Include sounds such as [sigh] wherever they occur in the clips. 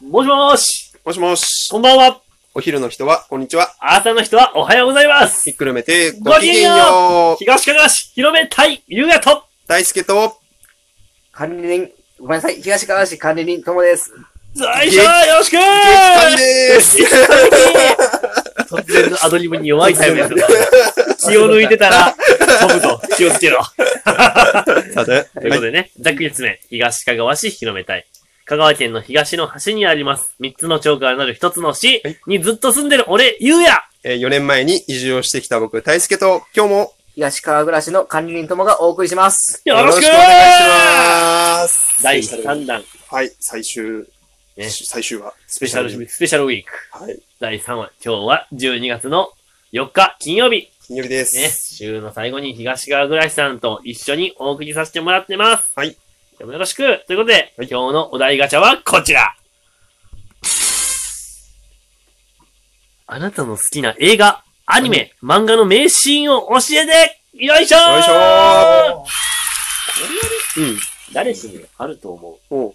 もしもーし、もしもし。こんばんは。お昼の人は、こんにちは。朝の人はおはようございますひ。っくるめて、ごごききげげんよんうよう。東かがし、広めたい、ゆうやと。大輔と、管理人、ごめんなさい、東川市管理人ともです。最初はよろしく激感でーす。突然のアドリブに弱いタイプやけど血を抜いてたら、飛ぶと気をつけろ。 [laughs] さとて、いうこはとい。でね、ざっくり説明、東かがわ市広めたい。香川県の東の端にあります。三つの町からなる一つの市にずっと住んでる俺、ゆうやえー、4年前に移住をしてきた僕、大輔と、今日も東川暮らしの管理人ともがお送りします。よろしくお願いします。第3弾、はい、最終、ね最終は、ススペシャル、スペシャルウィーク。はい、第3話、今日は12月の4日金曜日、金曜日でね、す。週の最後に東川ぐらしさんと一緒にお送りさせてもらってます。はい。今日もよろしくということで、は今い日のお題ガチャはこちらあなたの好きな映画、アニメ、漫画の名シーンを教えてよいしょーよいしょーうん。誰しにあると思う。おう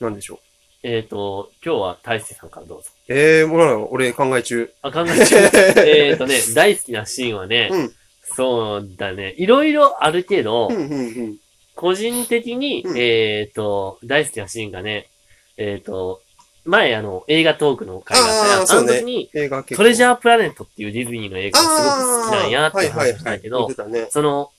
なんでしょう。えっ、ー、と、今日は大輔さんからどうぞ。えー、もうなの俺考え中。あ、考えちゃう。えっとね、大好きなシーンはね、うんそうだね、いろいろあるけど、 [laughs] うん、うん、うん。個人的に、うんえっ、と、大好きなシーンがね、えっ、と、前あの、映画トークの回があっあーたよそあうのね時に、映画結構。トレジあャープラネットっていうディズニーの映画がすごく好きなんやってーはい話はしいたはんいやけど、言ってたね。その、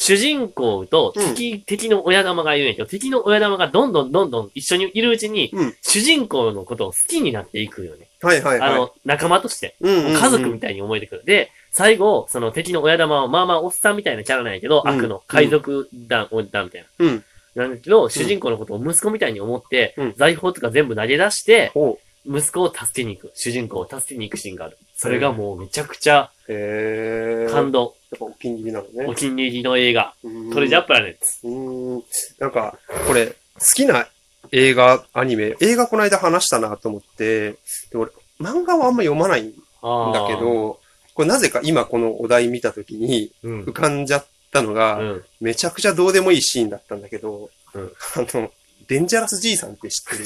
主人公と敵、敵の親玉がいるんやけど、敵の親玉がどんどんどんどん一緒にいるうちに、うん主人公のことを好きになっていくよね。はいはいはい。あの、仲間として。うんうんうん、家族みたいに思えてくる。で、最後、その敵の親玉は、まあまあおっさんみたいなキャラなんやけど、うん悪の海賊団、おじだみたいな。うんなんだけど、主人公のことを息子みたいに思って、うん財宝とか全部投げ出して、おう息子を助けに行く。主人公を助けに行くシーンがある。それがもうめちゃくちゃえー。感動。やっぱお気に入りなのおね。気に入りの映画。トレジャープラネッツ。うーん。なんか、これ、好きな映画、アニメ、映画この間話したなと思って、で俺、漫画はあんま読まないんだあーけ、ど、これなぜか今このお題見たときにうん浮。かんじゃったのが、うんめちゃくちゃどうでもいいシーンだったんだけど、うんあの、デンジャラスじいさんって知ってる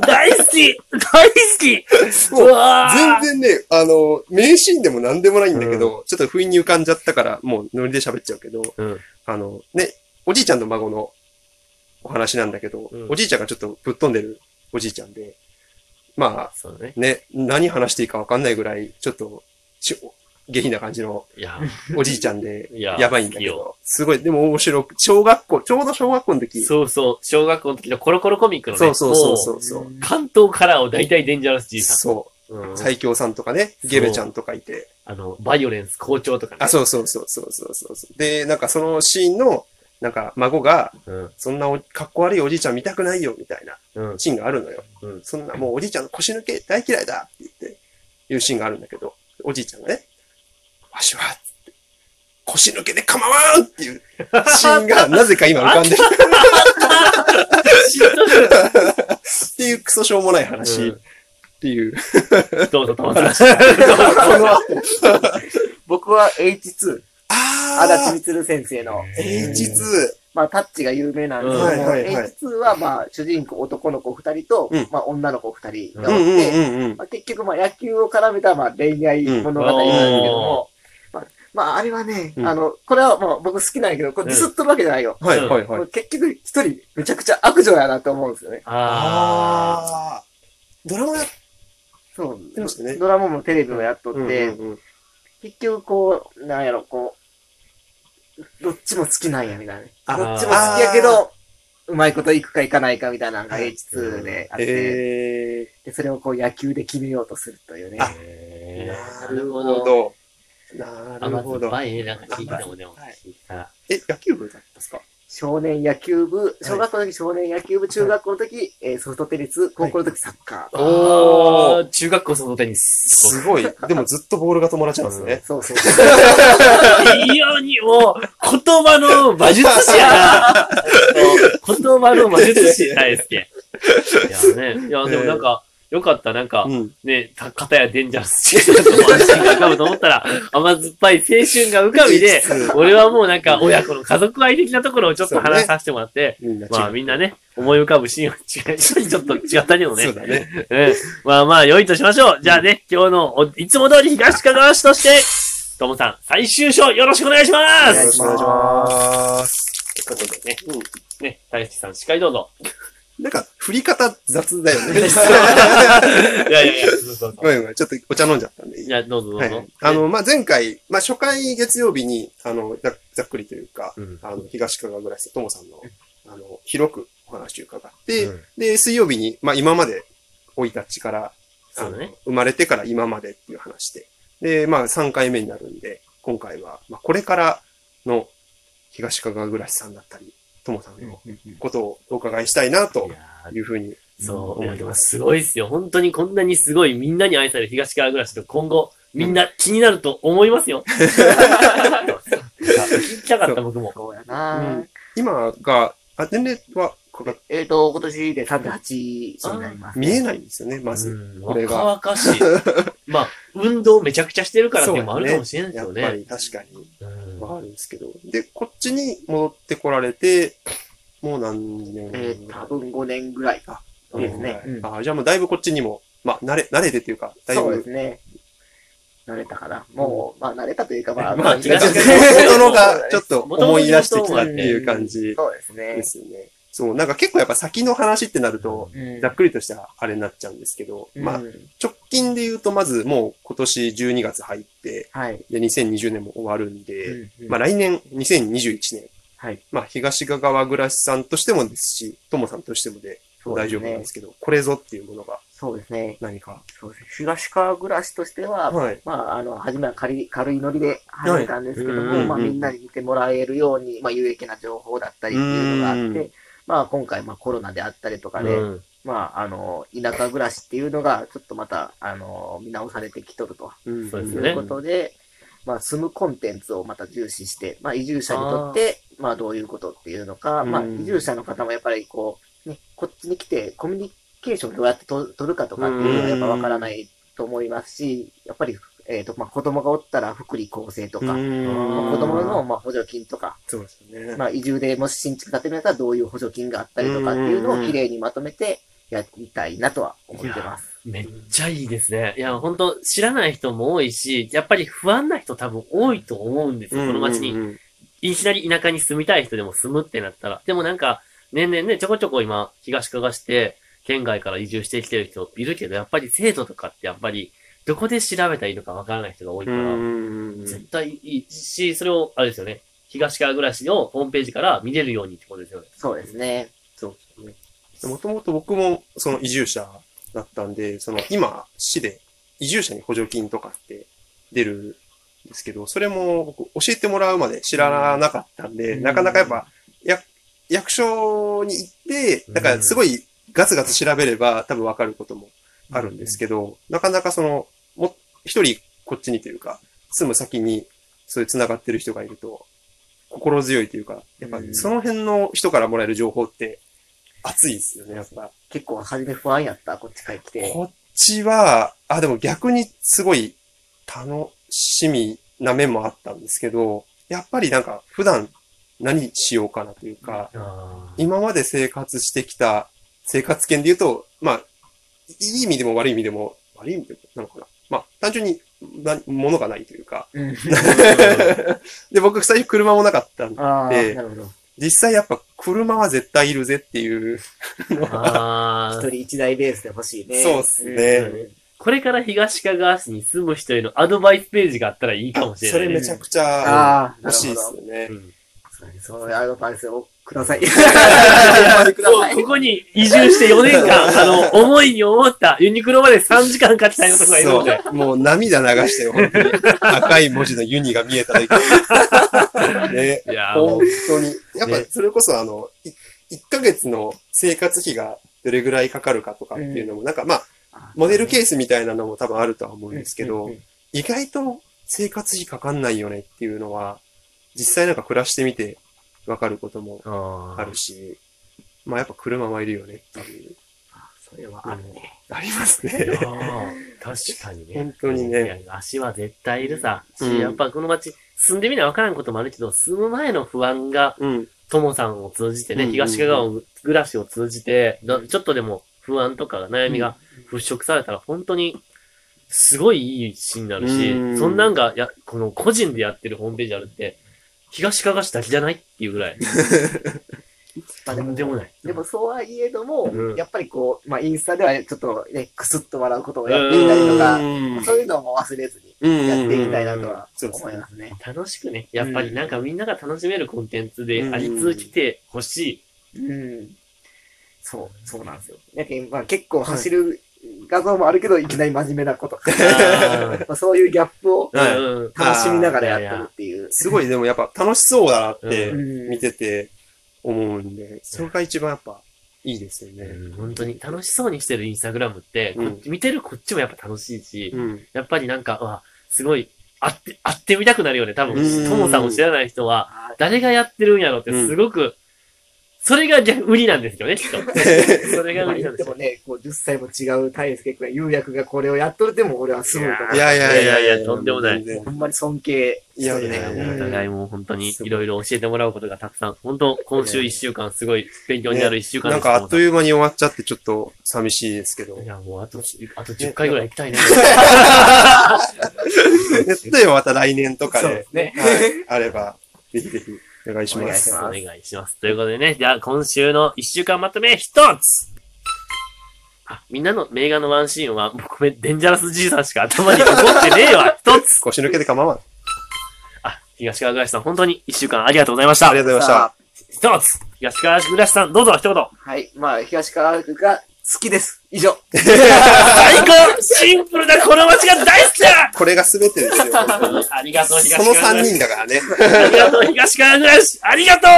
大好き [laughs] 大好き大好きうもうわー全然ね、あの、名シーンでも何でもないんだけど、ちょっと不意に浮かんじゃったから、もうノリで喋っちゃうけど、うんあの、ね、おじいちゃんと孫のお話なんだけど、うんおじいちゃんがちょっとぶっ飛んでるおじいちゃんで、まそうだね。あね、何話していいかわかんないぐらい、ちょっとし、下品な感じのいや、、おじいちゃんでいや、やばいんだ好きけよど、すごい、でも面白く、小学校、ちょうど小学校の時、そうそう。小学校の時のコロコロコミックのね。そうそうそうもそうそう、う関東カラーを大体デンジャラスじいさん。そうんう、最強さんとかね、ゲルちゃんとかいて、あの、バイオレンス校長とかね。あ、そうそうそうそうそうそうそう。で、なんかそのシーンの、なんか孫が、うん。そんなおかっこ悪いおじいちゃん見たくないよ、みたいなうん。シーンがあるのよ。うんそんなもうおじいちゃんの腰抜け大嫌いだって言って、いうシーンがあるんだけど、おじいちゃんがね、わしは、つって腰抜けで構わんっていうシーンが、なぜか今浮かんでるっていうクソしょうもない話っていう。どうぞどうぞ。 [laughs] 僕は H2、あ足立ーみつる先生の、平日。まあ、タッチが有名なんですけども、うんはいはいはい H2 はまあ、主人公男の子二人と、うんまあ、女の子二人がうおんっうて、んうんうん。まあ、結局まあ、野球を絡めたまあ、恋愛物語なんですけども、まあ、まあ、あれはね、うんあの、これはまあ、僕好きなんやけど、これディスっとるわけじゃないよ。はいはいはいこれ。結局一人、めちゃくちゃ悪女やなと思うんですよね。 [laughs] あー。あー。ドラマやっそうてましたねドラマもテレビもやっとって、うんうんうん結局こう、なんやろ、こう、どっちも好きなんや、みたいなね。あどっちも好きやけど、うまいこといくかいかないかみたいなのが H2 であって、えで、それをこう野球で決めようとするというね。へーー、なるほ。ど。なあ、るまほず、ど。バイなんか聞いたもんね。はい聞いたえ、野球部だったんですか少年野球部、小学校の時少年野球部、中学校の時、えーソフトテニス、高校の時サッカー。おあーー中学校そのテニス。すごい。でもずっとボールが止まらちゃうんですね。そうそうそう。いいように、もう、言葉の魔術師やな。言葉の魔術師、大好き。いやね。いや、でもなんか、よかった、なんかう、ん。ね、た、片やデンジャラスチーズの安心が浮かぶと思ったら、甘酸っぱい青春が浮かびで、俺はもうなんか親子の家族愛的なところをちょっと話させてもらって、みんな違う。まあみんなね、思い浮かぶシーンは違い、ちょっと違ったけどね。そうだね。うん。まあまあ、良いとしましょう。じゃあね、今日のお、いつも通り東かがわ市として、ともさん、最終章よろしくお願いしまお願いす [laughs] しお願いします。ということでね、ね、大地さん、司会どうぞ。なんか、振り方雑だよ [laughs] ね。いやいやいや、どうぞ。ごめんごめん。ちょっとお茶飲んじゃったんで。いや、どうぞどうぞ。はい。あの、まあ、前回、まあ、初回月曜日に、あの、ざざっくりというか、うん、あの、東かがぐらいともさんの、あの、広くお話を伺って、うんで、水曜日に、まあ、今まで、生い立ちから、あそうのだね。生まれてから今までっていう話で。で、まあ、3回目になるんで、今回は、まあ、これからの東かがぐらしさんだったり、ともさんのことをお伺いしたいないとやーいうふうに、そう、い思やってでもますごいですよ。本当にこんなにすごいみんなに愛される東川暮らしと今後、みんな気になると思いますよ。聞きたかった僕も。そうやな、うん今が、あ、年齢は、これえっ、と、今年で38になります。見えないんですよね、まず。うんこれが若々しい。まあ、運動めちゃくちゃしてるからっていうのもあるかもしれないですやよっね。ぱり確かに。うんわかるんですけど。で、こっちに戻ってこられて、もう何年えー、多分5年ぐらいか。多ですね分はいあじゃあもうだいぶこっちにも、まあ、慣れ、慣れてというか、だいそうでぶ。すね。慣れたかな。もう、まあ慣れたというか、 [laughs] まあ、まあ、違うち [laughs] ょっ違と、元うのがちょっと思い出してきたっていう感じそうですねで。すよね。そう、なんか結構やっぱ先の話ってなると、うんざっくりとしたあれになっちゃうんですけど、まあ、直近で言うとまずもう今年12月入って、あ、はい。で、2020年も終わるんで、うんまあ来年、2021年、はい。まあ東賀川暮らしさんとしてもですし、ともさんとしてもで、そう大丈です夫なんねですけど、これぞっていうものがそうですね。何か。そうですね。東川暮らしとしては、はい。まあ、あの、初めは軽い軽いノリで始めたんですけども、はいまあ、うんうんみんなに見てもらえるように、まあ、有益な情報だったりっていうのがあうっんて、まあ、今回、まあ、コロナであったりとかで、うんまあ、あの、田舎暮らしっていうのが、ちょっとまた、あの、見直されてきとるとうんそうでいすねうことで、まあ、住むコンテンツをまた重視して、まあ、移住者にとって、まあ、どういうことっていうのか、まあ、うん移住者の方もやっぱりこう、ね、こっちに来て、コミュニケーションどうやってと取るかとかっていうのはやっぱわからないと思いますし、やっぱり、えっ、と、まあ、子供がおったら福利厚生とか、まんあ子供の、まあ、補助金とか、そうですよね。まあ、移住でもし新築建てるんだったらどういう補助金があったりとかっていうのをきれいにまとめてやりたいなとは思ってます。めっちゃいいですね。いや、本当知らない人も多いし、やっぱり不安な人多分多いと思うんですよ。この街に、に。いきなり田舎に住みたい人でも住むってなったら。でもなんか、年々ね、ちょこちょこ今、東かがして、県外から移住してきてる人いるけど、やっぱり生徒とかってやっぱり、どこで調べたらいいのかわからない人が多いから、絶対いいし、それを、あれですよね、東川暮らしをホームページから見れるようにってことですよね。そうですね。もともと僕もその移住者だったんで、その今、市で移住者に補助金とかって出るんですけど、それも僕教えてもらうまで知らなかったんで、うんなかなかやっぱ、や役所に行って、だからすごいガツガツ調べれば多分わかることもあるんですけど、なかなかその、も、一人こっちにというか、住む先にそういう繋がってる人がいると、心強いというか、やっぱうんその辺の人からもらえる情報って熱いですよね、やっぱ。結構初め不安やった、こっち帰ってきて。こっちは、あ、でも逆にすごい楽しみな面もあったんですけど、やっぱりなんか普段何しようかなというか、今まで生活してきた生活圏で言うと、まあ、いい意味でも悪い意味でも、悪い意味でもなのかな。まあ、単純に、な、ものがないというか。うん [laughs] で、僕、最初車もなかったんで、ああ、でなるほど。実際やっぱ車は絶対いるぜっていう。あ一ー人一台ベースで欲しいね。そうっすうんね。これから東かがわ市に住む人へのアドバイスページがあったらいいかもしれなそい。れめちゃくちゃああ、な欲るしいほでど。すよねう。んそのアドバイスをください。ここに移住して4年 [laughs] 間、あの、思いに思った、ユニクロまで3時間かけたい男がいるので、そう。もう涙流してよ、本当に。赤い文字のユニが見えた時。ね。いやーも本う当に。やっねぱ、それこそあの、い1ヶ月の生活費がどれぐらいかかるかとかっていうのも、なんかまあ、モデルケースみたいなのも多分あるとは思うんですけうんどうんう、ん意外と生活費かかんないよねっていうのは、実際なんか暮らしてみて [laughs] わかることもあるし、まあやっぱ車はいるよねっていう。それはあるね。ありますいやね。ー確かにね。本当にねいや。足は絶対いるさ。しうんやっぱこの街、住んでみなわからんこともあるけど、住む前の不安が、うん。ともさんを通じてうね、ん東かがわ暮らしを通じて、だちょっとでも不安とか悩みが払拭されたら、本当に、すごいいい詩になるうんし、そんなんが、や、この個人でやってるホームページあるって、東かがわ市だけじゃないっていうぐらい、とまあでもんでもない。でも、そうはいえども、うんやっぱりこう、まあ、インスタではちょっとね、くすっと笑うことをやっていたりとか、うんそういうのも忘れずにうんやっていきたいなとはそうです思いね。ますね。楽しくね、やっぱうりんなんかみんなが楽しめるコンテンツであり続けてほしい。うん。そう、そうなんですよ。だけどまあ、結構走る画像もあるけど、いきなり真面目なこと。あ [laughs] まあ、そういうギャップをはいーうん楽しみながらやってるって [laughs] いう。すごい、でもやっぱ楽しそうだなってう見てて思うんで、それが一番やっぱいいですよね。うん本当に楽しそうにしてるインスタグラムって、こっち見てるこっちもやっぱ楽しいし、うん。やっぱりなんか、うわすごい、会って、会ってみたくなるよね。多うん分、ともさんを知らない人は、あー誰がやってるんやろってすごく、それが逆売りなんですよね、きっ [laughs] と。それがまあ売り言なんっでてすよ。もね、こう10歳も違う大輔君が釉薬がこれをやっとるでも俺はすごいと思ういやいやいやいやいやとんでもない全然ほんまに尊敬してるいいややもうおね。互いもう本当にいろいろ教えてもらうことがたくさん、本当今週一週間すごい勉強になる一週間なでんすかあっという間に終わっちゃってちょっと寂しいですけ [laughs] ど。いねや、もうあと、あと10回ぐらい行きたいね。例えばまた来年とかそうでです、ね。はい、 [laughs] あれば、ぜひぜひお願いしおま願いしす。ますお願いします。ということでね、じゃあ今週の1週間まとめ1つあ、みんなの名画のワンシーンは、もうごめん、デンジャラスじいさんしか頭に残ってねえわ1つ腰抜けて構わん。あ、東川暮らしさん、本当に1週間ありがとうございました。ありがとうございました。さあ1つ東川暮らしさん、どうぞ一言。 [laughs] はい。まあ、東川が好きです。以上。最高シンプルなこの街が大好きだ [laughs] これが全てですよ。本当に [laughs] ありがとう、そ東の川 [laughs] 3暮らし。人だからね。ありがとう、東川暮らし。ありがとう